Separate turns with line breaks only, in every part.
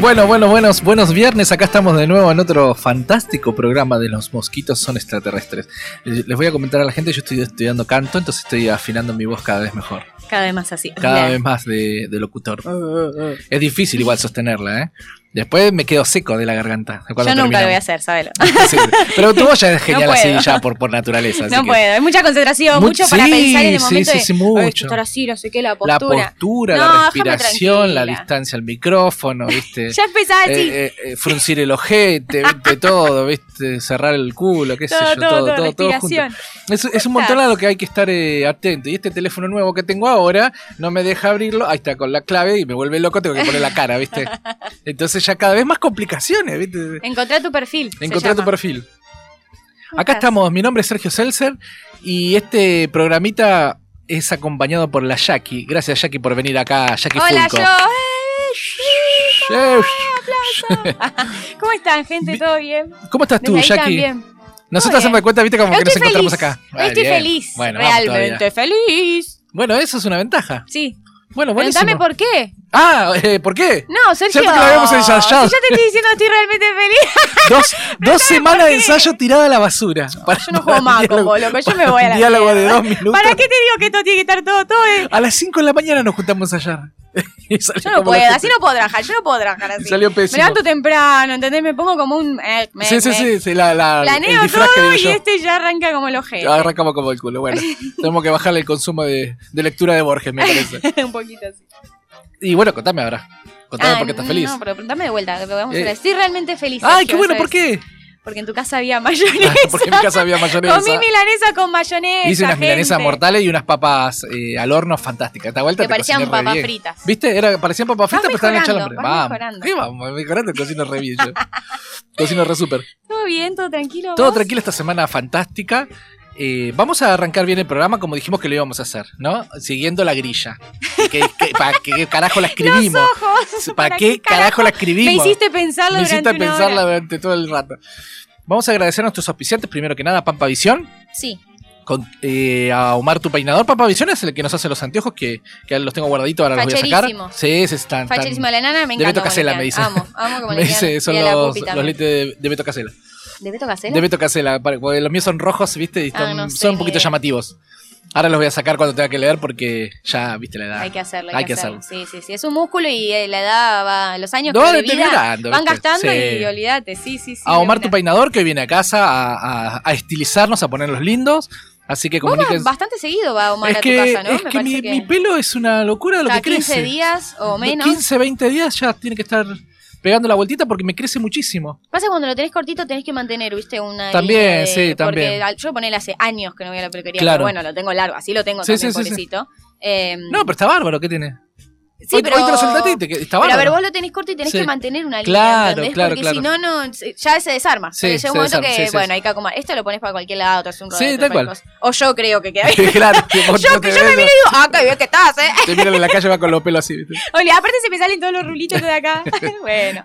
Bueno, bueno, buenos, buenos viernes. Acá estamos de nuevo en otro fantástico programa de los mosquitos son extraterrestres. Eh, Les les voy a comentar a la gente, yo estoy estudiando canto, entonces estoy afinando mi voz cada vez mejor.
Cada vez más así. Uh,
Cada
Bien.
vez más de, de locutor. Es difícil igual sostenerla, ¿eh? Después me quedo seco de la garganta.
Yo nunca lo voy a hacer, sabelo.
Sí, Pero tu voz ya es genial así,
puedo.
ya por, por naturaleza. así
No
que-
puedo, hay mucha concentración,
Mu-
mucho para
sí,
pensar en el
sí,
momento
sí,
de,
sí,
"Ay,
mucho.
esto estar así, no sé qué, la
La
postura.
postura,
No,
la
déjame
respiración, la
tranquila.
distancia al micrófono, ¿viste?
Ya empezaba así,
Eh, eh, eh, fruncir el ojete, viste, todo, viste, cerrar el culo, qué sé
todo,
yo,
todo, todo,
todo, todo junto.
respiración.
Es, es un montón a lo que hay que estar eh, atento. Y este teléfono nuevo que tengo ahora no me deja abrirlo. Ahí está con la clave y me vuelve loco. Tengo que poner la cara, ¿viste? Entonces ya cada vez más complicaciones, ¿viste?
Encontrá tu perfil. se
Encontrar tu
llama.
perfil.
¿Cómo
Acá
estás?
estamos. Mi nombre es Sergio Seltzer y este programita es acompañado por la Jackie. Gracias, Jackie, por venir acá. Jackie
Hola,
Fulco.
yo. Eh, ¿Cómo están, gente?
Vi-
¿Todo bien?
¿Cómo estás tú,
Desde ahí
Jackie?
también.
Nosotros
Muy bien.
hacemos de cuenta, viste, como
Hoy
que nos
estoy
encontramos
feliz.
acá.
Hoy
Ah,
estoy
bien.
feliz.
Bueno, vamos todavía.
Realmente feliz.
Bueno, eso es una ventaja.
Sí.
Bueno, Ah, buenísimo.
Preguntame por qué.
Ah, eh, ¿por qué?
No, Sergio.
que lo habíamos ensayado.
si yo te estoy diciendo que estoy realmente feliz.
Dos, dos semanas de ensayo tirada a la basura. Para-
Yo
para
no juego
un
más con
diálogo-
vos, loco. Yo me voy a la.
un diálogo de
mierda.
dos minutos.
¿Para qué te digo que esto tiene que estar todo, todo? eh?
A las 5 de la mañana nos juntamos a ensayar. Y salió
Yo no
como
puedo,
la-
así no puedo trabajar, yo no puedo trabajar así.
este Salió
Me
pésimo.
levanto temprano, ¿entendés? Me pongo como un. eh, me-
Sí, sí,
me-
sí, sí, la, la, el
Planeo
disfraz que
todo
digo
y
yo. Ah.
este ya arranca como el ojete.
Arrancamos como el culo. Bueno, tenemos que bajarle el consumo de, de lectura de Borges, me parece.
un poquito así.
Y bueno, contame ahora. Contame por qué estás
Ah, no,
feliz.
No, pero preguntame de vuelta, que podemos
Eh.
hacer. Estoy realmente feliz.
Ay,
Sergio,
qué bueno,
¿sabes?
¿por qué?
Porque en tu casa había mayonesa.
Porque en mi casa había mayonesa.
Comí milanesa con mayonesa.
Hice unas
gente.
milanesas mortales y unas papas eh, al horno fantásticas. Esta vuelta
Que
te
parecían
cociné re
papas
bien.
fritas.
¿Viste? Era, parecían papas
Vas
fritas, pero estaban hechas al hombre.
mejorando, vas
Vamos.
mejorando.
Sí, vamos, mejorando, cocino re bien yo. cocino re súper.
Todo bien, todo tranquilo.
Todo
¿Vos?
tranquilo esta semana fantástica. Eh, vamos a arrancar bien el programa como dijimos que lo íbamos a hacer, ¿no? Siguiendo la grilla. ¿Qué, qué- para qué carajo la escribimos?
Los ojos.
¿Para, qué carajo la
Me
escribimos?
hiciste pensarlo
Me
durante
hiciste
una
pensarla
hora.
durante todo el rato. Vamos a agradecer a nuestros auspiciantes, primero que nada, Pampa Visión.
Sí.
con, eh, a Omar tu peinador. Papá Visión es el que nos hace los anteojos que, que los tengo guardaditos, ahora los voy a sacar.
Facherísimo.
Sí, sí, están. están-
Facherísimo la nana, me
de
encanta.
Beto
cómo
Casella,
le
me dice.
quedan. Amo, amo como
Me dice, son los, los lentes de, de Beto Casela.
¿De Beto Casella?
De Beto Casela, para- porque los míos son rojos, ¿viste? Y
Ah,
están-
no sé
son un
ni
poquito
idea.
llamativos. Ahora los voy a sacar cuando tenga que leer porque ya, viste, la edad.
Hay que hacerlo, hay,
Hay
que,
que
hacerlo. Sí, sí, sí. Es un músculo y eh, la edad va, los años
No,
que de
de
vida
deteriorando,
van
¿viste?
gastando
Sí.
y olvídate. Sí, sí, sí.
a Omar
de
tu
una.
peinador que hoy viene a casa a, a- a estilizarnos, a ponerlos lindos. Así que
Vos vas
comuníquense.
bastante seguido va Omar
es
a tu
que,
casa, ¿no?
es
Me
que, mi,
parece
mi pelo es una locura de lo
cada
que crece.
15 días o
De
menos.
15, 20 días ya tiene que estar pegando la vueltita porque me crece muchísimo.
Pasa que cuando lo tenés cortito tenés que mantener, ¿viste? Una
También,
línea de-
sí, también.
Porque al- yo ponele hace años que no voy a la peluquería,
Claro.
pero bueno, lo tengo largo, así lo tengo
Sí,
también,
sí, sí, sí.
pobrecito. Eh,
No, pero está bárbaro, ¿qué tiene?
sí,
hoy,
pero...
hoy te lo soltaste y te que- está
Pero a
bárbaro.
ver, vos lo tenés corto y tenés
Sí.
que mantener una
Claro,
línea, ¿entendés?
claro,
Porque
claro.
si no, no, se- ya se desarma.
Sí,
Porque llega
se
un momento
desarma,
que,
sí, sí,
bueno,
sí.
hay que acomodar. Esto lo pones para cualquier lado, te haces un
Sí,
rodete,
tal
cualquier
cual.
cosa. O yo creo que queda bien.
claro, que vos
yo
no
que
te
yo me
ves,
miro y digo, ah, qué bien que estás, ¿eh?
Te miran en la calle va con los pelos así. ¿viste?
Olé, aparte se me salen todos los rulitos de acá. bueno,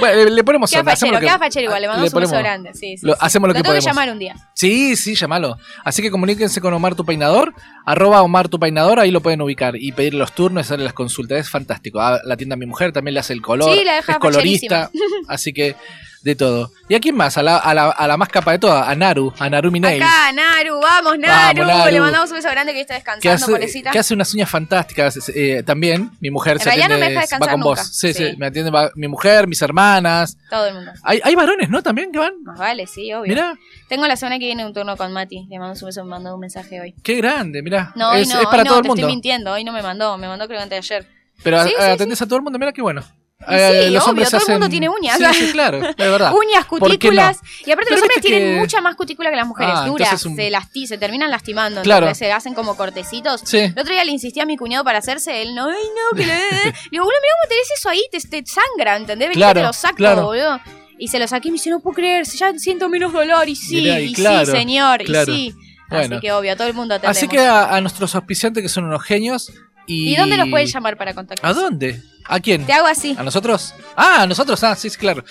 Bueno, le, le ponemos
queda
onda, hacemos
fachero,
lo que-
queda fachero igual, le mandamos un
ponemos-
beso grande. Sí, sí,
lo-
sí.
hacemos lo que
tengo que
podemos.
llamar un día.
Sí, sí, llamalo. Así que comuníquense con Omar tu peinador, arroba Omar tu peinador, ahí lo pueden ubicar y pedir los turnos, hacerle las consultas, es fantástico. Ah, la tienda Mi Mujer también le hace el color,
Sí, la deja
es colorista, así que de todo. ¿Y a quién más? A la, a la, a la más capa de todas, a Naru, a Narumi Nails.
Acá, Naru, vamos, Naru.
Naru.
Le mandamos un beso grande que está
que
descansando,
hace,
pobrecita.
que hace unas uñas fantásticas eh, también. Mi mujer
En
se
realidad
atiende,
no me deja descansar
va con
nunca.
vos. Sí, sí,
Sí.
me atiende va- mi mujer, mis hermanas.
Todo el mundo.
Hay, hay varones, ¿no? También que van.
Más vale, sí, obvio.
Mirá,
Tengo la semana que viene un turno con Mati. Le mando un beso, me mandó un mensaje hoy.
qué grande, mirá.
No,
es,
hoy no,
es para
hoy no,
todo
te
el mundo.
estoy mintiendo. Hoy no me mandó, me mandó creo que antes de ayer.
Pero
Sí,
eh,
sí,
atendés a todo el mundo, mirá qué bueno. Eh,
Y sí, obvio, todo el mundo tiene uñas.
Sí, sí, claro, es verdad.
Uñas,
Ah, ¿Por qué no?
cutículas. Y aparte
Pero
los hombres
viste
tienen
que-
mucha más cutícula que las mujeres.
Ah,
duras,
entonces un-
se, lasti se terminan lastimando.
Claro.
entonces Se hacen como cortecitos.
Sí.
El otro día le insistí a mi cuñado para hacerse él, no, ay no, que le le digo, boludo, mirá cómo tenés eso ahí, te, te sangra, ¿entendés? Vení que
Claro,
te lo saco,
claro.
boludo. Y se lo saqué y me dice, no puedo creer, ya siento menos dolor, y sí,
Mirá, y
y,
claro,
sí, señor,
claro.
y sí.
Bueno.
Así que obvio, a todo el mundo atendemos.
Así que a, a nuestros auspiciantes que son unos genios. ¿Y, Ah.
¿Y dónde nos pueden llamar para contactar?
¿A dónde? ¿A quién?
Te hago así.
¿A nosotros? Ah, a nosotros, ah, sí, sí, claro.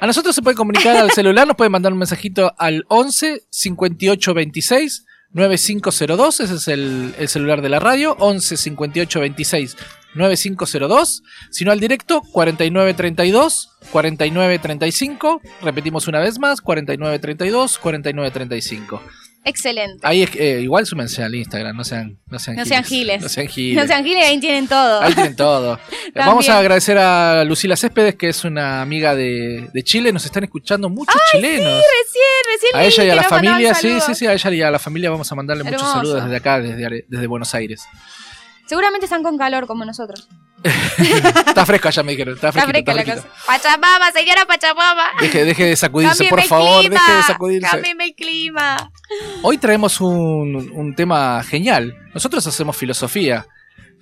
A nosotros se puede comunicar al celular, nos puede mandar un mensajito al 11 58 26 9502, ese es el, el celular de la radio, 11 58 26 9502, sino al directo 4932 4935. Repetimos una vez más, 4932 4935.
Excelente.
Ahí es que- eh, igual súmense al Instagram, no sean no sean
No sean giles.
No sean giles.
No sean giles, ahí tienen todo.
Ahí tienen todo. Eh, Vamos
También.
a agradecer a Lucila Céspedes, que es una amiga de, de Chile. Nos están escuchando muchos chilenos.
Recién, recién.
a
leí
ella y
que
a la
nos mandaban
familia, sí,
saludos.
sí, sí, a ella y a la familia vamos a mandarle muchos
Hermoso.
saludos desde acá, desde, Are- desde Buenos Aires.
Seguramente están con calor como nosotros.
Está fresco allá, me dijeron. Está
Está
fresquito,
fresca
está
la
fresquito.
cosa. Pachamama, señora Pachamama.
Deje, deje de sacudirse,
Cámbieme
por
el
favor,
clima.
deje de sacudirse.
Cámbieme el clima.
Hoy traemos un, un tema genial. Nosotros hacemos filosofía.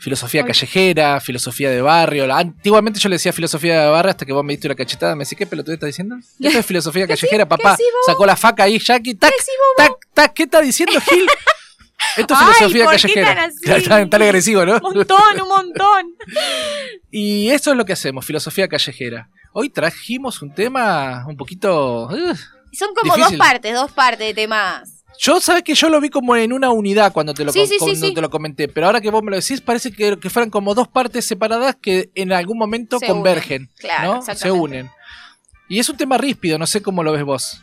Filosofía
Ay.
callejera, filosofía de barrio. La- Antiguamente yo le decía filosofía de barrio hasta que vos me diste una cachetada. Me decís, ¿qué pelotudez estás diciendo? Esto es filosofía callejera, papá.
decís vos?
Sacó la faca ahí, Jackie. Tac,
decís
tac, tac. ¿Qué está diciendo Gil? Esto es
Ay,
filosofía
¿por qué
callejera.
tan así?
tan, tan agresivo, ¿no?
Un montón, un montón.
Y eso es lo que hacemos, filosofía callejera. Hoy trajimos un tema un poquito... eh,
Son como
Difícil.
dos partes, dos partes de temas.
Yo sabes que yo lo vi como en una unidad cuando te lo,
Sí,
com-
sí, sí,
cuando
sí.
te lo comenté, pero ahora que vos me lo decís parece que, que fueran como dos partes separadas que en algún momento
Se
convergen,
Claro,
¿no?
exactamente.
Se unen. Y es un tema ríspido, no sé cómo lo ves vos.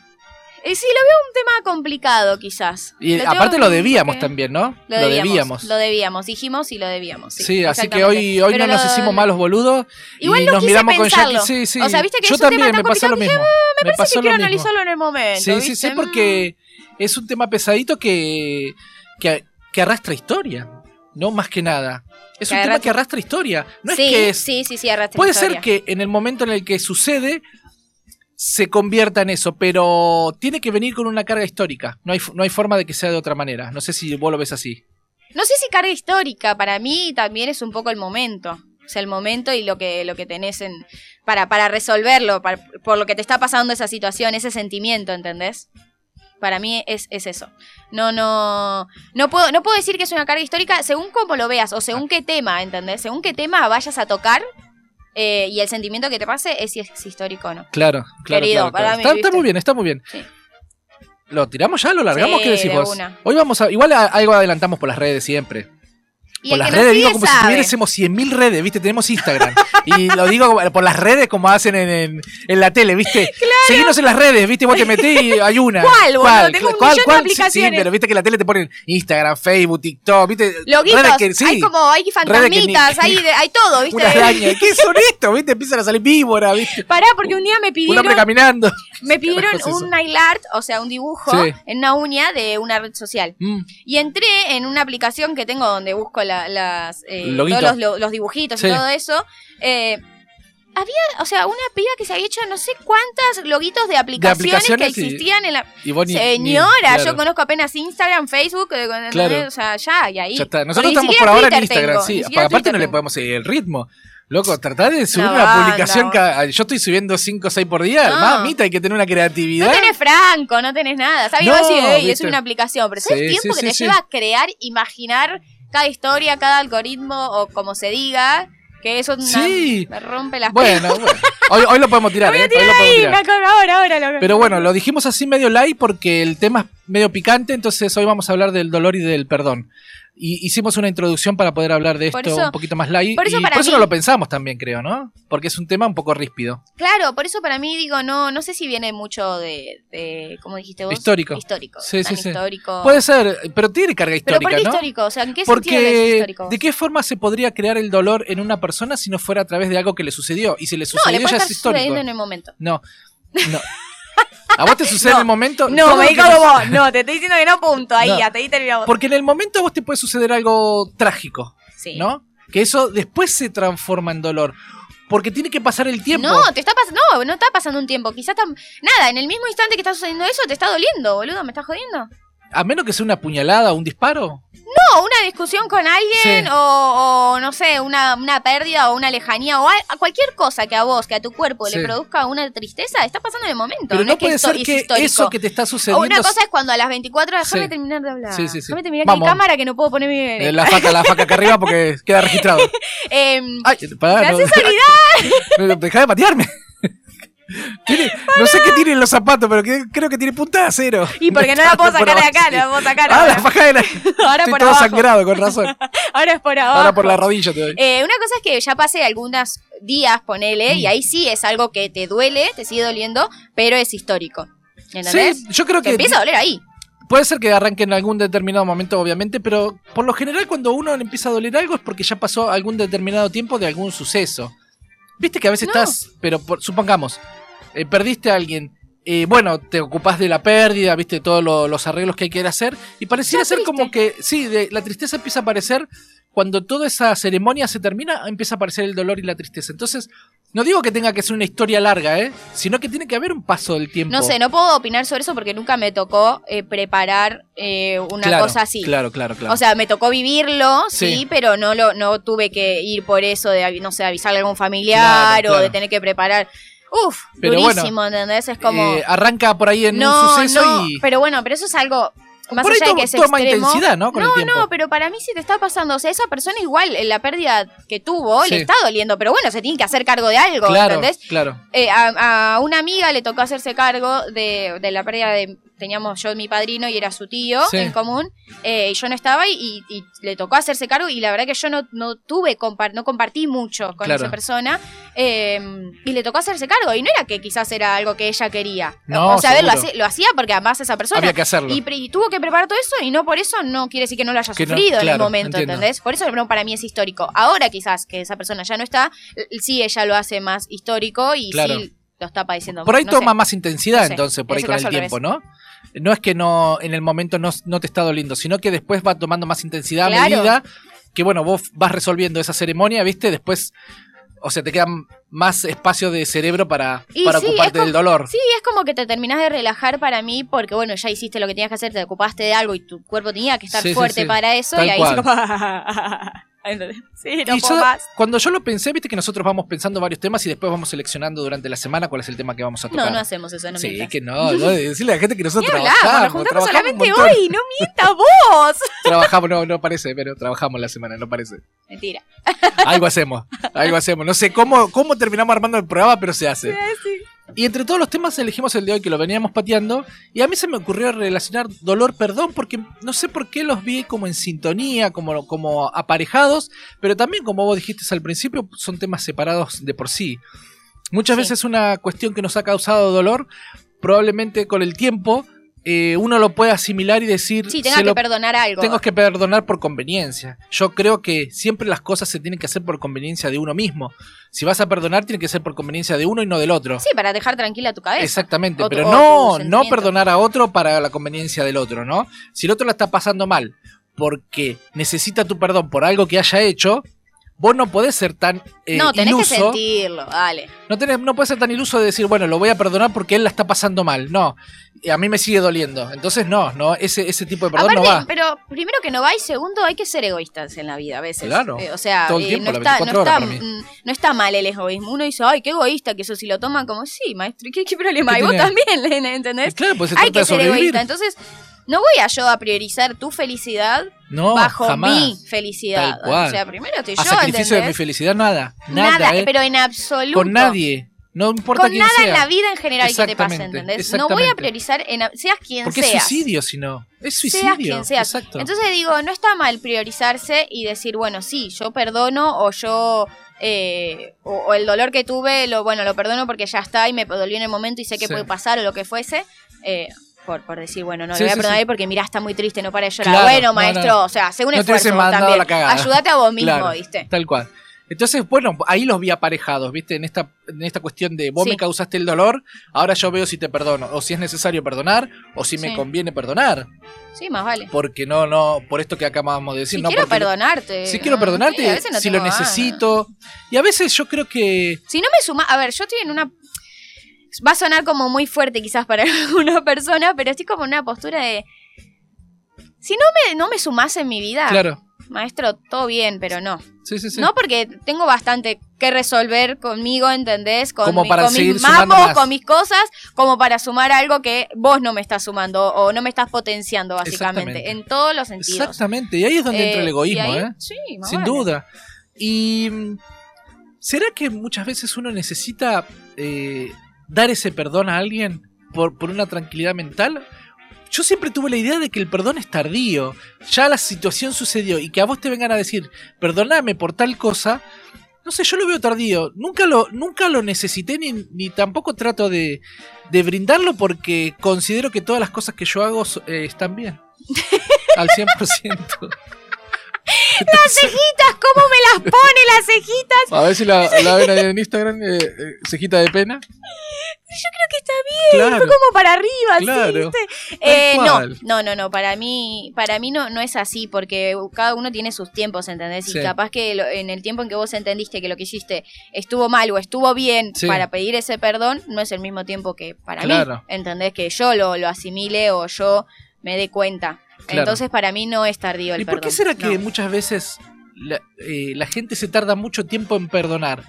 Eh, sí, lo veo un tema complicado quizás.
Y
tengo
aparte lo debíamos
que-
también, ¿no?
Lo debíamos, Lo debíamos, dijimos y lo debíamos.
Sí,
Sí,
así que
exactamente.
hoy, hoy
Pero
no nos
lo-
hicimos malos boludos
Igual
y
no
nos
quise
miramos
pensarlo.
con Jackie. Sí, sí.
O sea, viste que
Yo
es un tema
también
tan
me pasó lo
complicado que "Uh,
mismo.
Me parece
pasó
que
lo
quiero
mismo.
analizarlo en el momento.
Sí, sí,
¿viste?
sí,
Mm.
porque es un tema pesadito que, que, que arrastra historia, ¿no? Más que nada. Es
Que
un tema
arrastra-
que arrastra historia. No
sí,
es que es-
sí, sí, sí, arrastra
Puede
historia.
ser que en el momento en el que sucede se convierta en eso, pero tiene que venir con una carga histórica. No hay, f- no hay forma de que sea de otra manera. No sé si vos lo ves así.
No sé si carga histórica, para mí también es un poco el momento. O sea, el momento y lo que, lo que tenés en, para, para resolverlo, para- por lo que te está pasando esa situación, ese sentimiento, ¿entendés? Para mí es, es eso. No, no, no puedo, no puedo decir que es una carga histórica según cómo lo veas o
Ah.
según qué tema, ¿entendés? Según qué tema vayas a tocar eh, y el sentimiento que te pase es si es histórico o no.
Claro, claro.
Querido,
claro, claro.
para mí,
está, está
¿viste?
muy bien, está muy bien.
Sí.
¿Lo tiramos ya? ¿Lo largamos?
Sí,
¿Qué decís
de
vos?
una.
Hoy vamos a. Igual a- algo adelantamos por las redes siempre.
Y
por
el
las
que no
redes
sigue
digo como si
sabe.
tuviésemos 100.000 redes, ¿viste? Tenemos Instagram. y lo digo como- por las redes como hacen en, en- en la tele, ¿viste? Seguimos en las redes, ¿viste? Vos te metés y hay una.
¿Cuál, boludo? Tengo un millón de
Sí, Sí,
aplicaciones.
pero viste que en la tele te ponen Instagram, Facebook, TikTok, ¿viste?
Loguitos,
Redes que- sí,
hay como, hay fantasmitas, hay, de- hay todo, ¿viste?
Unas arañas. ¿Qué son estos? ¿Viste? Empiezan a salir víboras, ¿viste?
Pará, porque un día me
Un
pidieron,
hombre caminando.
me pidieron
carajo es eso?
un nail art, o sea, un dibujo
Sí.
en una uña de una red social.
Mm,
Y entré en una aplicación que tengo donde busco la- las, eh,
Loguito.
todos los, lo- los dibujitos
Sí.
y todo eso. Eh, había, o sea, una piba que se había hecho no sé cuántas loguitos de aplicaciones,
aplicaciones
que
y-
existían en la...
y vos ni- ni-
Señora,
claro.
yo conozco apenas Instagram, Facebook, eh, con-
Claro.
o sea, ya, y ahí.
Ya está. Nosotros
Porque ni
estamos por
siquiera
ahora en
Twitter
Instagram,
tengo,
sí.
ni siquiera
Aparte no
Twitter
le
tengo.
podemos seguir el ritmo. Loco, tratar de subir
Una
una,
banda,
publicación.
vos.
ca- ah, Yo estoy subiendo 5 o 6 por día.
No.
Mamita, hay que tener una creatividad.
No tenés franco, no tenés nada. Sabes,
No,
vos decís, "Ey, es
viste.
una aplicación, pero ¿sabes el
Sí,
tiempo
sí,
que
sí,
te
sí.
lleva a crear, imaginar cada historia, cada algoritmo o como se diga? Que eso es una-
Sí.
me rompe las
Bueno, bueno. Hoy, hoy lo podemos tirar,
Voy
¿eh?
a
Hoy lo
tirar
podemos
ahí,
tirar.
Nacor, ahora, ahora. Nacor.
Pero bueno, lo dijimos así medio light porque el tema es medio picante, entonces hoy vamos a hablar del dolor y del perdón. Y hicimos una introducción para poder hablar de esto
Por eso-
un poquito más light.
por eso
y
para
por eso
mí-
no lo pensamos también, creo, ¿no? Porque es un tema un poco ríspido.
Claro, por eso para mí digo, no no sé si viene mucho de, de ¿cómo dijiste vos?
Histórico.
Histórico.
Sí,
tan
sí, sí.
histórico.
Puede ser, pero tiene carga
Oh. Pero
histórica,
¿por qué
¿no?
histórico? O sea, ¿en qué sentido es
Porque,
histórico?
¿de qué forma se podría crear el dolor en una persona si no fuera a través de algo que le sucedió? Y si le
no,
sucedió
le puede
ya
estar
es histórico.
sucediendo en el momento.
No, no. ¿A vos te sucede en
No,
el momento?
No,
Todo lo
me
que
digas
te-
vos. No, te estoy diciendo que no, punto. Ahí,
No.
hasta ahí terminamos.
Porque en el momento a vos te puede suceder algo trágico,
Sí.
¿no? Que eso después se transforma en dolor. Porque tiene que pasar el tiempo.
No, te está pasando, no, no está pasando un tiempo. Quizás tam- nada, en el mismo instante que está sucediendo eso, te está doliendo, boludo, me estás jodiendo.
A menos que sea una puñalada o un disparo.
No, una discusión con alguien
Sí.
o, o, no sé, una, una pérdida o una lejanía o a, a cualquier cosa que a vos, que a tu cuerpo
Sí.
le produzca una tristeza, está pasando en el momento.
Pero no,
es que
puede
esto-
ser
es
que
histórico.
eso que te está
O
sucediendo.
una cosa es cuando a las 24 déjame
Sí.
terminar de hablar.
Sí, sí, sí.
Déjame terminar que
Vamos.
hay cámara que no puedo poner mi bebé.
Eh, la faca, la faca acá arriba porque queda registrado.
Em,
Ay, pará, Ah, no.
gracias a Lidl.
Deja de patearme. Tiene- no sé qué tienen los zapatos, pero que- creo que tiene punta de acero.
Y porque no la puedo sacar de acá, la puedo sacar
Ah,
ahora.
la faja era.
Ahora
Estoy
por
todo
abajo.
sangrado, con razón.
Ahora es por abajo.
Ahora por la rodilla te doy.
Eh, una cosa es que ya pasé algunos días, ponele, y
Mm.
ahí sí es algo que te duele, te sigue doliendo, pero es histórico. ¿Entendés?
Sí, yo creo que
Te empieza a doler ahí.
puede ser que arranque en algún determinado momento, obviamente, pero por lo general cuando uno le empieza a doler algo es porque ya pasó algún determinado tiempo de algún suceso. Viste que a veces
No.
estás, pero por- supongamos, eh, perdiste a alguien. eh, bueno, te ocupás de la pérdida, viste todos lo- los arreglos que hay que hacer. Y pareciera
Ya
ser
triste.
como que, sí, de- la tristeza empieza a aparecer cuando toda esa ceremonia se termina, empieza a aparecer el dolor y la tristeza. Entonces, no digo que tenga que ser una historia larga, ¿eh? Sino que tiene que haber un paso del tiempo.
No sé, no puedo opinar sobre eso porque nunca me tocó eh, preparar eh, una
Claro,
cosa así.
Claro, claro, claro.
O sea, me tocó vivirlo, sí,
Sí.
pero no lo no tuve que ir por eso de, avi- no sé, avisarle a algún familiar
Claro,
o de
claro.
tener que preparar. Uf,
Pero
durísimo, ¿entendés? Es como...
Eh, arranca por ahí en un
no,
suceso
no,
y.
pero bueno, pero eso es algo... Más
por ahí
allá de
to-
que es
toma
extremo,
intensidad, ¿no? Con el
no,
tiempo.
no, pero para mí si te está pasando, o sea, esa persona igual, eh, la pérdida que tuvo,
Sí.
le está doliendo, pero bueno, se tiene que hacer cargo de algo,
claro,
¿entendés?
claro.
Eh, a, a una amiga le tocó hacerse cargo de, de la pérdida de, teníamos yo mi padrino y era su tío
Sí.
en común, eh, y yo no estaba y, y le tocó hacerse cargo y la verdad que yo no, no tuve, compar- no compartí mucho con
Claro.
esa persona, eh, y le tocó hacerse cargo, y no era que quizás era algo que ella quería,
No,
o sea, a ver, lo
seguro.
hacía, lo hacía porque además esa persona
Había que hacerlo.
y, pre- y tuvo que preparar todo eso y no por eso no quiere decir que no lo haya
Que no,
sufrido en el
claro,
momento,
entiendo.
¿entendés? Por eso no, para mí es histórico. Ahora quizás que esa persona ya no está, l- sí ella lo hace más histórico y
Claro.
sí lo está padeciendo.
por ahí
no
toma
sé.
más intensidad,
No sé.
entonces, por ahí
En ese
con
caso,
el
al revés.
tiempo, ¿no? No es que no en el momento no, no te está doliendo, sino que después va tomando más intensidad a
Claro.
medida que, bueno, vos vas resolviendo esa ceremonia, ¿viste? Después, o sea, te queda m- más espacio de cerebro para,
Y
para
sí, es
ocuparte del
como-
dolor.
Sí, es como que te terminás de relajar para mí porque, bueno, ya hiciste lo que tenías que hacer, te ocupaste de algo y tu cuerpo tenía que estar
Sí, sí,
fuerte
sí.
para eso
Tal
y ahí
cual.
se como... ¿Entendés? sí, no
Y
puedo
yo,
más.
cuando yo lo pensé, viste que nosotros vamos pensando varios temas y después vamos seleccionando durante la semana cuál es el tema que vamos a tocar.
No, no hacemos eso, no
Sí,
mientas.
que no, no, decirle a la gente que
Ni
nosotros
hablamos, nos
trabajamos,
juntamos
trabajamos un
solamente
montón.
hoy, no mientas vos.
Trabajamos, no, no parece, pero trabajamos la semana, no parece.
Mentira.
Algo hacemos, algo hacemos. No sé cómo, cómo terminamos armando el programa, pero se hace.
Sí.
Y entre todos los temas elegimos el de hoy que lo veníamos pateando y a mí se me ocurrió relacionar dolor perdón porque no sé por qué los vi como en sintonía, como, como aparejados, pero también como vos dijiste al principio son temas separados de por sí. Muchas
Sí.
veces una cuestión que nos ha causado dolor, probablemente con el tiempo eh, uno lo puede asimilar y decir
Sí, tenga
"Se
que
lo
perdonar algo.
tengo que perdonar por conveniencia. Yo creo que siempre las cosas se tienen que hacer por conveniencia de uno mismo. Si vas a perdonar, tiene que ser por conveniencia de uno y no del otro.
Sí, para dejar tranquila tu cabeza.
Exactamente,
O tu-
pero
o
no,
tu
no
sentimiento.
perdonar a otro para la conveniencia del otro, ¿no? Si el otro la está pasando mal porque necesita tu perdón por algo que haya hecho, vos no podés ser tan eh,
no, tenés que
iluso.
sentirlo, dale.
No, tenés, no puedes ser tan iluso de decir, bueno, lo voy a perdonar porque él la está pasando mal. No, eh, a mí me sigue doliendo. Entonces, no, no ese, ese tipo de perdón
Aparte,
no va.
pero primero que no va y segundo hay que ser egoístas en la vida a veces.
Claro.
Eh, o sea,
Todo el
eh,
tiempo,
no,
las 24
está, no, está,
horas para
mm, no está mal el egoísmo. Uno dice, ay, qué egoísta que eso si lo toman como, sí, maestro, ¿qué, qué problema?
¿Qué
y vos
tiene?
también, Lena,
Y
¿entendés?
Claro, pues se
Hay
trata
que
de
ser
sobrevivir.
egoísta. Entonces, no voy a yo a priorizar tu felicidad
No,
bajo
jamás.
mi felicidad.
Tal cual.
O sea, primero estoy
a
yo,
sacrificio de mi
¿entendés?
felicidad, nada. Nada,
nada,
eh.
pero en absoluto.
Con nadie. No importa
con
quién
nada
sea.
en la vida en general que te pase,
Exactamente,
¿entendés? No voy a
exactamente.
priorizar, en, seas quien
Porque es
seas.
suicidio, si no. Es
Seas
suicidio.
quien seas.
Exacto.
Entonces digo, no está mal priorizarse y decir, bueno, sí, yo perdono o yo... eh, o, o el dolor que tuve, lo bueno, lo perdono porque ya está y me dolió en el momento y sé que
Sí.
puede pasar o lo que fuese. eh, por, por decir, bueno, no
Sí,
le voy a
sí,
perdonar
sí.
porque mirá, está muy triste, no para de llorar.
Claro,
bueno,
no,
maestro,
no.
o sea, según un
No te
esfuerzo
hubiesen
vos
mandado
también.
la cagada.
Ayúdate a vos mismo,
Claro.
¿viste?
Tal cual. Entonces, bueno, ahí los vi aparejados, ¿viste? En esta, en esta cuestión de vos
Sí.
me causaste el dolor, ahora yo veo si te perdono, o si es necesario perdonar, o si me
Sí.
conviene perdonar.
Sí, más vale.
Porque no, no, por esto que acabamos de decir,
si
no
quiero
porque-
perdonarte.
Si quiero
¿no?
perdonarte,
Sí, a veces no
si lo
tengo ganas.
necesito. Y a veces yo creo que
Si no me suma, a ver, yo estoy en una. Va a sonar como muy fuerte quizás para alguna persona, pero estoy como en una postura de. Si no me, no me sumás en mi vida,
Claro.
maestro, todo bien, pero no.
Sí, sí, sí.
No porque tengo bastante que resolver conmigo, ¿entendés? Con,
Como para
con
seguir
mis
sumando
mapos,
más.
con mis cosas, como para sumar algo que vos no me estás sumando o no me estás potenciando, básicamente.
Exactamente.
En todos los sentidos.
Exactamente. Y ahí es donde entra el
Eh,
egoísmo,
y ahí-
¿eh?
Sí, más
Sin
vale.
duda. Y mm, ¿será que muchas veces uno necesita eh, dar ese perdón a alguien por, por una tranquilidad mental? Yo siempre tuve la idea de que el perdón es tardío. Ya la situación sucedió y que a vos te vengan a decir, perdóname por tal cosa. No sé, yo lo veo tardío. Nunca lo, nunca lo necesité ni, ni tampoco trato de, de brindarlo porque considero que todas las cosas que yo hago so- eh, están bien. Al 100%.
Las cejitas, ¿cómo me las pone las cejitas?
A ver si la, la ven ahí en Instagram, eh, eh, cejita de pena.
Yo creo que está
Claro.
como para arriba, ¿sí?
Claro.
¿viste? Eh,
Tal
no,
cual.
no, no, no, para mí, para mí no, no es así, porque cada uno tiene sus tiempos, ¿entendés? Y
Sí.
capaz que lo- en el tiempo en que vos entendiste que lo que hiciste estuvo mal o estuvo bien
Sí.
para pedir ese perdón, no es el mismo tiempo que para mí,
Claro.
¿entendés? Que yo lo, lo asimile o yo me dé cuenta.
Claro.
Entonces para mí no es tardío el
¿Y
perdón.
por qué será que
no.
muchas veces la, eh, la gente se tarda mucho tiempo en perdonar?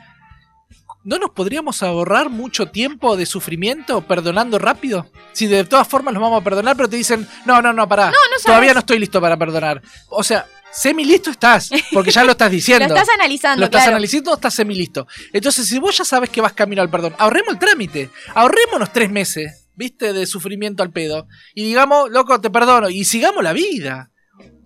¿No nos podríamos ahorrar mucho tiempo de sufrimiento perdonando rápido? Si de todas formas los vamos a perdonar, pero te dicen, no, no, no, pará,
sabes.
todavía no estoy listo para perdonar. O sea, semi listo estás, porque ya lo estás
Lo
diciendo.
estás analizando,
Lo estás
claro.
analizando, estás semi listo. Entonces, si vos ya sabes que vas camino al perdón, ahorremos el trámite, ahorrémonos tres meses, ¿viste? De sufrimiento al pedo. Y digamos, loco, te perdono, y sigamos la vida.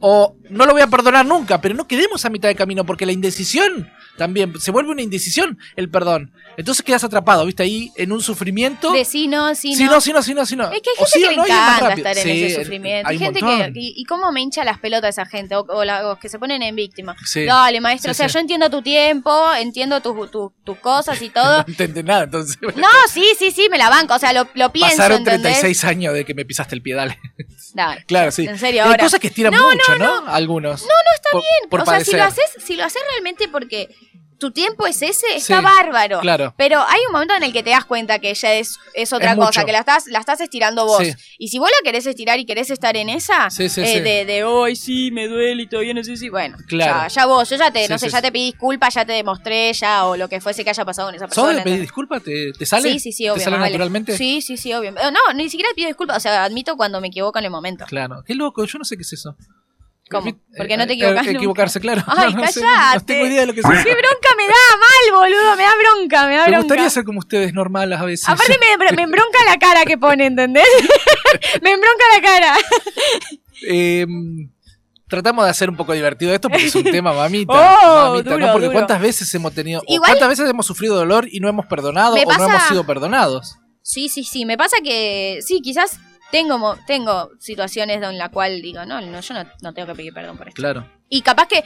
O no lo voy a perdonar nunca, pero no quedemos a mitad de camino, porque la indecisión también se vuelve una indecisión el perdón. Entonces quedas atrapado, ¿viste? Ahí en un sufrimiento.
De sí, no, sí,
si
no.
no, si no, si no, si no.
Es que hay
O
gente
sí
que
o
le
no, y es más
encanta
rápido.
estar en
Sí, eh,
ese sufrimiento. Hay,
un
gente que.
montón.
Y, y cómo me hincha las pelotas esa gente? O, o la- o que se ponen en víctima.
Sí.
Dale, maestro.
Sí,
o sea,
sí.
yo entiendo tu tiempo, entiendo tus tu- tus cosas y
No
todo.
entendés nada, entonces.
No, sí, sí, sí, me la banco. O sea, lo, lo pienso.
Pasaron
¿entendés?
36 años de que me pisaste el pie, dale.
Dale.
Claro, sí. Eh,
En serio,
Hay
ahora.
cosas que estiran
No,
mucho, ¿no? Algunos. No, no, está bien.
o sea, si lo haces, si lo haces realmente porque tu tiempo es ese, está
Sí,
bárbaro.
claro.
Pero hay un momento en el que te das cuenta que ya es, es otra
Es
cosa,
mucho.
que la estás, la estás estirando vos.
Sí.
Y si vos la querés estirar y querés estar en esa,
Sí, sí,
eh,
sí.
de, de hoy sí, me duele y todavía no sé si. Bueno,
Claro.
ya, ya vos, yo ya te,
Sí,
no sé,
sí,
ya
sí.
te pedí disculpas, ya te demostré, ya, o lo que fuese que haya pasado con esa
¿Sos de
persona.
pedir disculpas? ¿Te, te sale?
Sí, sí, sí,
¿Te
obvio.
sale
más vale.
naturalmente?
Sí, sí, sí, obvio. Eh, No, ni siquiera pido disculpas, o sea, admito cuando me equivoco en el momento.
Claro. Qué loco, yo no sé qué es eso.
¿Cómo?
Eh,
Porque no te
eh,
equivocás nunca.
Equivocarse, claro.
Ay,
no, no sé,
cállate.
no tengo idea de lo que es eso.
¡Qué bronca me da mal, boludo! Me da bronca, me da
Me
bronca.
gustaría ser como ustedes, normales a veces.
Aparte me, me embronca la cara que pone, ¿entendés? me embronca la cara.
Eh, tratamos de hacer un poco divertido esto porque es un tema, mamita.
Oh,
mamita,
duro,
¿no? Porque
duro.
cuántas veces hemos tenido. o
Igual-
¿Cuántas veces hemos sufrido dolor y no hemos perdonado
Me
o no
pasa-
hemos sido perdonados?
Sí, sí, sí. Me pasa que sí, quizás tengo, mo- tengo situaciones en la cual digo, no, no yo no, no tengo que pedir perdón por esto.
Claro.
Y capaz que,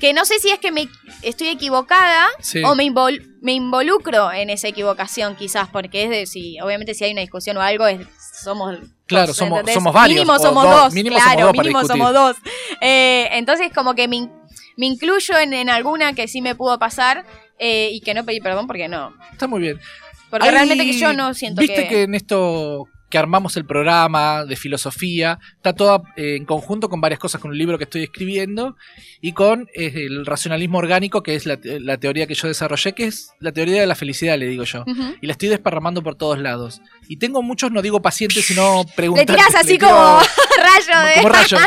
que no sé si es que me estoy equivocada
Sí.
o me, invol- me involucro en esa equivocación quizás, porque es de si, obviamente si hay una discusión o algo, es- somos...
Claro,
dos,
somos-
¿entendés?
somos varios,
Mínimo
o
somos
dos,
dos,
mínimo somos
claro,
dos para
mínimo
discutir.
somos dos. Eh, entonces como que me, in- me incluyo en, en alguna que sí me pudo pasar eh, y que no pedí perdón porque no.
Está muy bien.
Porque
Hay-
realmente que yo no siento
Viste que... en esto que armamos el programa de filosofía, está toda eh, en conjunto con varias cosas, con un libro que estoy escribiendo y con eh, el racionalismo orgánico, que es la, te- la teoría que yo desarrollé, que es la teoría de la felicidad, le digo yo.
Ujú.
Y la estoy desparramando por todos lados. Y tengo muchos, no digo pacientes, sino
Le
preguntantes.
tiras así
Le tiro
como rayo de...
como rayos.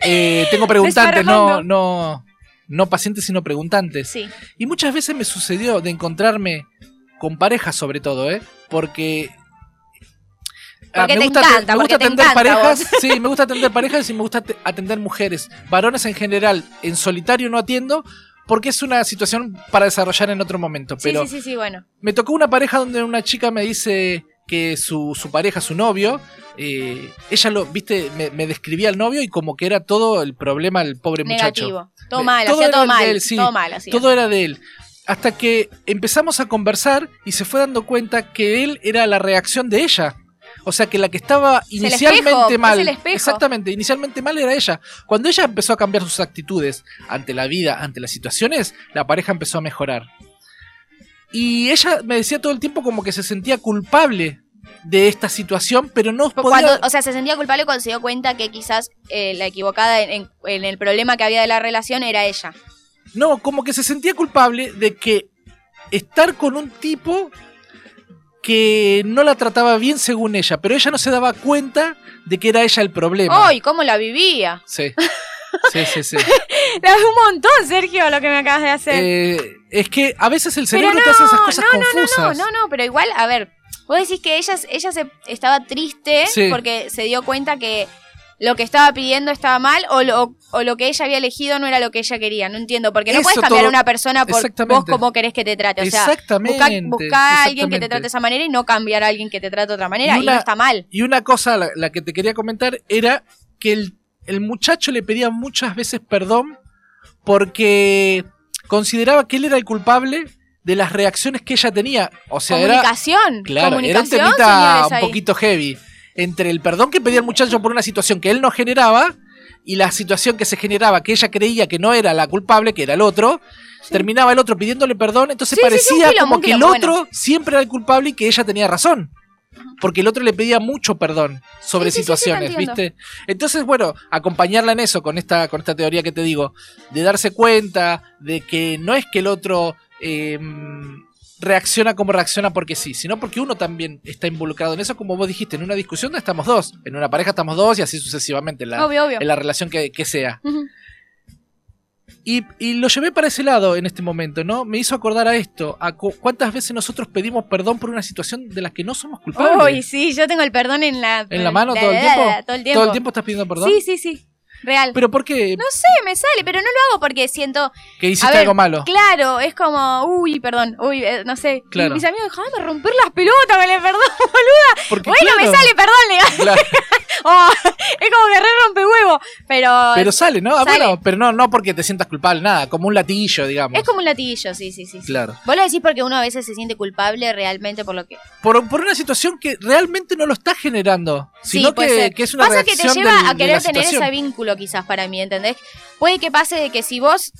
Eh, tengo preguntantes, no,
Desparramando.
no, no pacientes, sino preguntantes.
Sí.
Y muchas veces me sucedió de encontrarme con parejas, sobre todo, ¿eh? Porque. Ah,
Porque te
te-
encanta,
me gusta
porque te
atender
encanta
parejas. Sí, me gusta atender parejas y me gusta te- atender mujeres. Varones en general, en solitario no atiendo. Porque es una situación para desarrollar en otro momento.
Sí,
Pero este
sí, sí, sí, bueno.
me tocó una pareja donde una chica me dice que su, su pareja, su novio, eh, ella lo, viste, me, me describía al novio y como que era todo el problema del pobre muchacho. Eh,
Negativo. Todo mal,
Todo
hacía
era
todo
el
mal.
de él, sí.
Todo mal, hacía.
Todo era de él. Hasta que empezamos a conversar y se fue dando cuenta que él era la reacción de ella. O sea que la que estaba
el
inicialmente
espejo, es
mal.
el espejo.
Exactamente, inicialmente mal era ella. Cuando ella empezó a cambiar sus actitudes ante la vida, ante las situaciones, la pareja empezó a mejorar. Y ella me decía todo el tiempo como que se sentía culpable de esta situación, pero no
Pero
podía.
cuando- o sea, se sentía culpable cuando se dio cuenta que quizás eh, la equivocada en, en- en el problema que había de la relación era ella.
No, como que se sentía culpable de que estar con un tipo que no la trataba bien según ella, pero ella no se daba cuenta de que era ella el problema.
¡Ay, cómo la vivía!
Sí. Sí, sí, sí.
La un montón, Sergio, lo que me acabas de hacer.
Eh, es que a veces el
Pero
cerebro te hace esas
no,
cosas
no,
confusas.
no, no, no, pero igual, a ver, Vos decís que ella, ella se, estaba triste
Sí.
porque se dio cuenta que lo que estaba pidiendo estaba mal o lo, o lo que ella había elegido no era lo que ella quería. No entiendo, porque no
Eso
puedes cambiar
todo-
a una persona por vos
Exactamente.
cómo querés que te trate. O sea, busca,
exactamente.
busca a alguien que
exactamente.
te trate de esa manera y no cambiar a alguien que te trate de otra manera.
Y
Y,
una-
no está mal.
Y una cosa, la, la que te quería comentar, era que el, el muchacho le pedía muchas veces perdón porque consideraba que él era el culpable de las reacciones que ella tenía. O sea, era,
comunicación.
Claro, era un
comunicación,
temita
señores,
un
ahí.
poquito heavy. Entre el perdón que pedía el muchacho por una situación que él no generaba y la situación que se generaba, que ella creía que no era la culpable, que era el otro, terminaba el otro pidiéndole perdón, entonces
Sí, sí, sí, un
parecía
quilombo,
como
un
que el
quilombo,
otro siempre era el culpable y que ella tenía razón. Porque el otro le pedía mucho perdón sobre
Sí, sí, sí, sí, te
situaciones,
entiendo.
¿viste? Entonces, bueno, acompañarla en eso, con esta, con esta teoría que te digo, de darse cuenta de que no es que el otro em, reacciona como reacciona porque sí, sino porque uno también está involucrado en eso, como vos dijiste, en una discusión estamos dos, en una pareja estamos dos y así sucesivamente, en la,
Obvio, obvio.
en la relación que, que sea.
Ujú.
Y, y lo llevé para ese lado en este momento, ¿no? Me hizo acordar a esto, a cu- cuántas veces nosotros pedimos perdón por una situación de la que no somos
Uy,
culpables.
sí, yo tengo el perdón en la...
¿En la mano todo el tiempo?
Todo el tiempo.
Todo el tiempo estás pidiendo perdón.
Sí, sí, sí. Real.
Pero Ah. ¿por qué?
no sé, me sale, pero no lo hago porque siento...
que hiciste
a ver,
algo malo.
Claro, es como... Uy, perdón. Uy, eh, no sé.
Claro.
Mis amigos, dejame de romper las pelotas con el perdón, boludo.
Porque,
Bueno, me
claro,
sale perdón, le digo.
claro,
Oh, es como que re rompe huevo. Pero...
pero sale, ¿no? Ah,
Sale.
bueno, pero no, no porque te sientas culpable, nada, como un latillo, digamos.
es como un latillo, sí, sí, sí. sí.
Claro.
Vos lo decís porque uno a veces se siente culpable realmente por lo que...
Por, por una situación que realmente no lo está generando,
Sí,
sino
puede
que,
ser.
que es una
Pasa que te
reacción
lleva
del-
a
de
querer
la
tener
situación.
ese vínculo quizás para mí, ¿entendés? Puede que pase de que si vos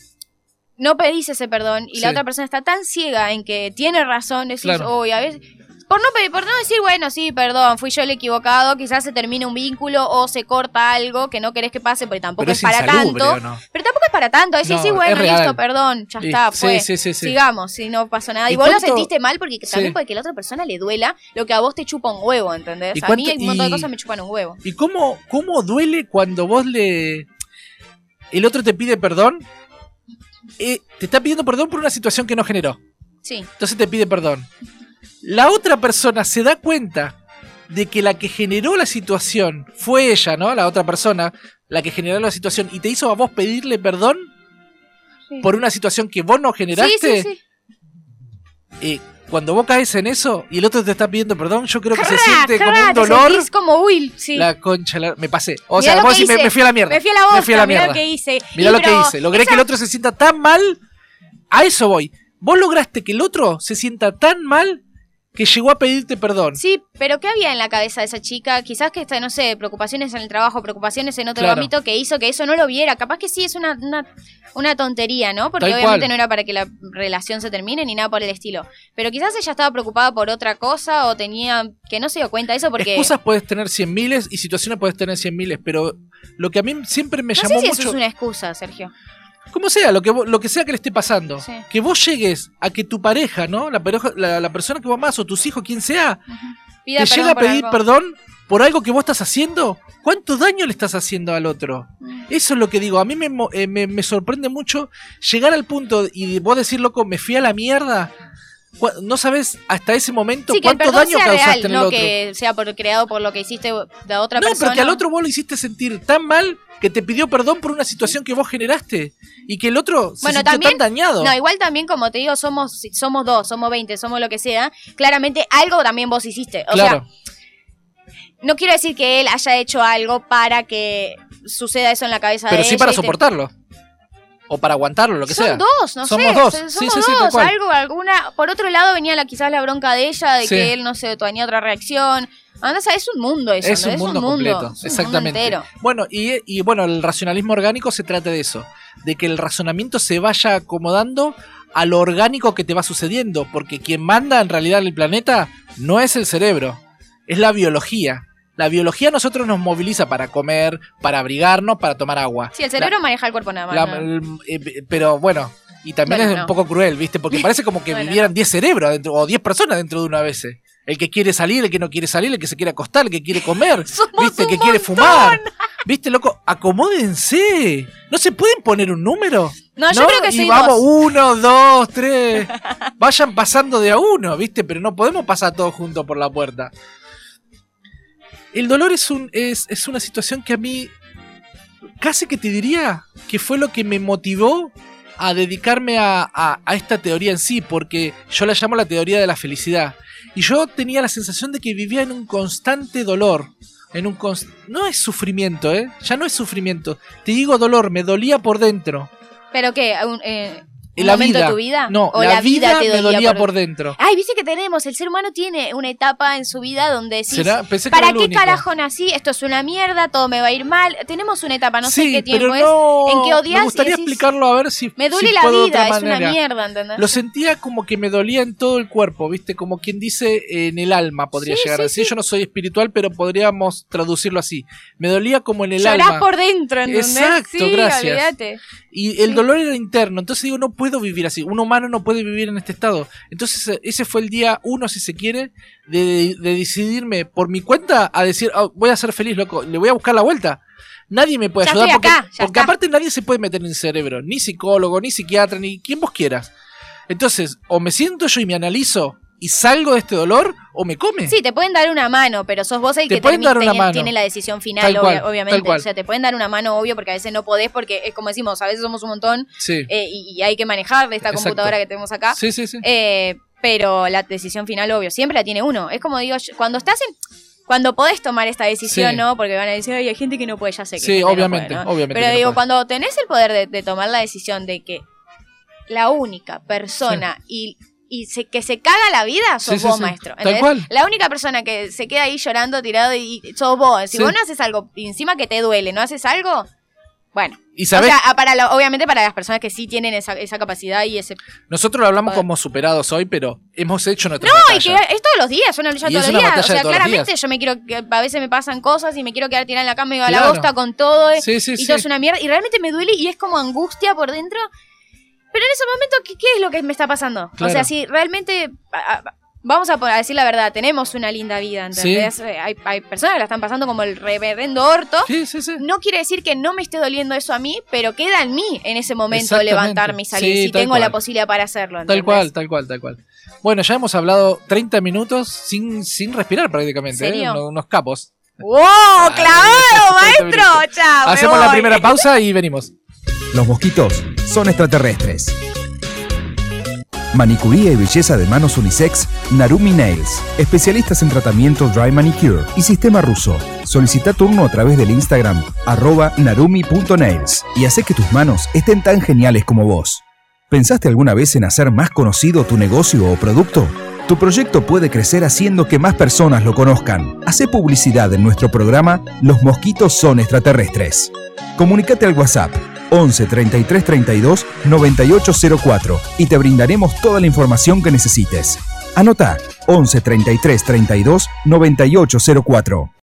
no pedís ese perdón y la
Sí.
otra persona está tan ciega en que tiene razón, decís,
Claro.
"Uy, a veces... Por no, pe- por no decir, bueno, sí, perdón, fui yo el equivocado, quizás se termina un vínculo o se corta algo que no querés que pase porque tampoco
Pero
es,
es
para
insalubre,
tanto.
¿o no?
Pero tampoco es para tanto, decís,
No,
sí, bueno,
es real.
listo, perdón, ya
Sí,
está,
sí,
fue.
sí, sí, sí.
Sigamos, si no pasó nada. Y,
¿Y
vos
cuánto-
lo sentiste mal porque
Sí.
también puede que a la otra persona le duela lo que a vos te chupa un huevo, ¿entendés?
¿Y
A mí
cuánto-
hay un montón
y-
de cosas me chupan un huevo.
¿Y cómo, cómo duele cuando vos le. El otro te pide perdón? Eh, te está pidiendo perdón por una situación que no generó.
Sí.
Entonces te pide perdón. La otra persona se da cuenta de que la que generó la situación fue ella, ¿no? La otra persona, la que generó la situación y te hizo a vos pedirle perdón
Sí.
por una situación que vos no generaste.
Sí, sí, sí.
eh, cuando vos caes en eso y el otro te está pidiendo perdón, yo creo que se
Crá,
siente como
crá,
un
te
dolor.
sentís como, uy, sí.
La concha, la- me pasé. O
Mirá
sea,
lo
vos
que
sí me,
hice.
me fui a la mierda.
me fui a la
me
bosta,
fui a la
mirá
mierda.
lo que hice.
Mirá
Y
lo que
pero
hice. Logré
esa-
que el otro se sienta tan mal. A eso voy. Vos lograste que el otro se sienta tan mal que llegó a pedirte perdón.
Sí, pero ¿qué había en la cabeza de esa chica? Quizás que está, no sé, preocupaciones en el trabajo, preocupaciones en otro
Claro.
ámbito que hizo que eso no lo viera. Capaz que sí es una, una, una tontería, ¿no? Porque
Tal
obviamente
cual.
no era para que la relación se termine ni nada por el estilo. Pero quizás ella estaba preocupada por otra cosa o tenía que no se dio cuenta de eso porque
Excusas puedes tener cien miles y situaciones puedes tener cien miles, pero lo que a mí siempre me
no
llamó
sé si eso
mucho,
es una excusa, Sergio.
como sea, lo que, vo- lo que sea que le esté pasando,
Sí.
que vos llegues a que tu pareja, ¿no? La, pareja- la, la persona que vos amás o tus hijos, quien sea,
Pida
te
perdón
llega a
por
pedir
algo.
perdón por algo que vos estás haciendo, ¿cuánto daño le estás haciendo al otro?
Mm.
Eso es lo que digo. A mí me, mo- eh, me- me sorprende mucho llegar al punto y vos decir, loco, me fui a la mierda. Cu- No sabes hasta ese momento
Sí, que el
cuánto
perdón
daño
sea
causaste
real,
en el
no
otro.
que sea por, creado por lo que hiciste de otra
no,
persona.
pero que al otro vos lo hiciste sentir tan mal que te pidió perdón por una situación que vos generaste y que el otro se
Bueno,
sintió
también-
tan dañado.
No, igual también, como te digo, somos, somos dos, somos 20, somos lo que sea. Claramente algo también vos hiciste. O
claro,
sea, no quiero decir que él haya hecho algo para que suceda eso en la cabeza
pero
de
sí
ella
para
y te-
soportarlo o para aguantarlo, lo que
eh, Son
sea.
dos, no
Somos
sé.
dos.
son-
Sí,
Somos
sí, sí, tal
dos.
cual.
algo, alguna. Por otro lado, venía la, quizás la bronca de ella, de
Sí.
que él no se tenía otra reacción. Ah, Andás a- es un mundo eso.
es
¿no?
un mundo completo,
es un mundo
exactamente.
entero.
bueno, y, y bueno, el racionalismo orgánico se trata de eso, de que el razonamiento se vaya acomodando a lo orgánico que te va sucediendo, porque quien manda en realidad en el planeta no es el cerebro, es la biología. La biología a nosotros nos moviliza para comer, para abrigarnos, para tomar agua.
Sí, el
La-
cerebro maneja el cuerpo nada más.
La-
¿no?
el- eh, pero bueno, y también
Bueno,
es un
no.
poco cruel, ¿viste? Porque parece como que
Bueno,
vivieran 10 cerebros adentro, o 10 personas dentro de una a veces. El que quiere salir, el que no quiere salir, el que se quiere acostar, el que quiere comer,
Somos
¿viste? El que
un
quiere
montón.
fumar. ¿Viste, loco? Acomódense. No se pueden poner un número.
No, yo
¿no?
creo que
y
soy
vamos,
dos.
uno, dos, tres. Vayan pasando de a uno, ¿viste? Pero no podemos pasar todos juntos por la puerta. El dolor es, un, es, es una situación que a mí casi que te diría que fue lo que me motivó a dedicarme a, a- a esta teoría en sí, porque yo la llamo la teoría de la felicidad. Y yo tenía la sensación de que vivía en un constante dolor. En un cons- no es sufrimiento, ¿eh? Ya no es sufrimiento. Te digo dolor, me dolía por dentro.
¿Pero qué? ¿Un, eh, un
En la
momento
vida.
de tu vida?
No,
¿O
la, vida,
te
me dolía por, dentro.
Ay, viste que tenemos, el ser humano tiene una etapa en su vida donde decís,
¿Será? Pensé que
¿para
era lo
qué
único.
carajo nací? Esto es una mierda, todo me va a ir mal. Tenemos una etapa, no sé
sí,
qué tiempo
pero
es.
no-
en que odias
Me
y
gustaría
decís,
explicarlo a ver si.
Me duele
si
la
puedo de otra
vida, es una
manera.
mierda, ¿entendés?
Lo sentía como que me dolía en todo el cuerpo, ¿viste? Como quien dice eh, en el alma, podría
Sí,
llegar
sí,
a decir.
sí.
Yo no soy espiritual, pero podríamos traducirlo así. Me dolía como en el
Llorás
alma.
por dentro, ¿entendés?
Exacto,
sí,
gracias.
olvídate.
Y el
Sí.
dolor era interno, entonces digo, no puedo vivir así, un humano no puede vivir en este estado. Entonces eh, ese fue el día uno, si se quiere, de, de decidirme por mi cuenta a decir, "Ah, voy a ser feliz, loco, le voy a buscar la vuelta. Nadie me puede
Ya
ayudar
estoy
porque,
acá, ya
porque
está.
aparte nadie se puede meter en el cerebro, ni psicólogo, ni psiquiatra, ni quien vos quieras. Entonces, o me siento yo y me analizo y salgo de este dolor, o me come.
Sí, te pueden dar una mano, pero sos vos el
Te
que
pueden
termi-
dar una
te-
mano.
tiene la decisión final,
Tal cual,
obvia- obviamente.
tal cual.
O sea, te pueden dar una mano, obvio, porque a veces no podés, porque es como decimos, a veces somos un montón
Sí,
eh, y, y hay que manejar esta
Exacto.
computadora que tenemos acá.
sí, sí. sí.
Eh, pero la decisión final, obvio, siempre la tiene uno. Es como digo, yo, cuando estás en. Cuando podés tomar esta decisión,
Sí.
¿no? Porque van a decir, ay, hay gente que no puede, ya sé que.
Sí,
hay gente que no
obviamente,
puede, ¿no?
obviamente que
Pero
no
digo,
puede.
cuando tenés el poder de, de tomar la decisión de que la única persona y, y se- que se caga la vida, sos
Sí, sí,
vos,
sí.
maestro.
Tal
¿entendés?
cual.
La única persona que se queda ahí llorando, tirado y, y sos vos. Si
Sí.
vos no haces algo, y encima que te duele, no haces algo, bueno.
Y sabés
O sea, a- para la- obviamente para las personas que sí tienen esa, esa capacidad y ese
Nosotros lo hablamos
Bueno.
como superados hoy, pero hemos hecho nuestra
No, y que
batalla.
es todos los días, yo no lucha
Y
todos
es una
los días. O
batalla de
sea,
todos los
claramente
días.
yo me quiero, que- a veces me pasan cosas y me quiero quedar tirada en la cama y digo, a la
Claro.
bosta con todo, eh,
Sí, sí,
y
sí.
todo es una mierda. Y realmente me duele y es como angustia por dentro. Pero en ese momento, ¿qué, qué es lo que me está pasando? O
Claro.
sea, si realmente, a- a- vamos a, po- a decir la verdad, tenemos una linda vida, ¿entendés? Eh, Hay, hay personas que la están pasando como el reverendo orto.
Sí, sí, sí.
No quiere decir que no me esté doliendo eso a mí, pero queda en mí en ese momento
Exactamente.
levantarme y salir,
Sí,
si
tal
tengo la
cual.
posibilidad para hacerlo.
Tal
¿entendés?
cual, tal cual, tal cual. Bueno, ya hemos hablado 30 minutos sin, sin respirar prácticamente,
¿En
¿eh?
serio?
Uno- unos capos.
¡Wow! ¡Clavado, maestro! ¡Chao! Ah, me
Hacemos la
voy.
primera pausa y venimos.
Los mosquitos son extraterrestres. Manicuría y belleza de manos unisex, Narumi Nails. Especialistas en tratamiento dry manicure y sistema ruso. Solicita turno a través del Instagram arroba narumi.nails y hace que tus manos estén tan geniales como vos. ¿Pensaste alguna vez en hacer más conocido tu negocio o producto? Tu proyecto puede crecer haciendo que más personas lo conozcan. Hace publicidad en nuestro programa Los mosquitos son extraterrestres. Comunicate al WhatsApp 11 33 32 9804 y te brindaremos toda la información que necesites. Anota 11 33 32 9804.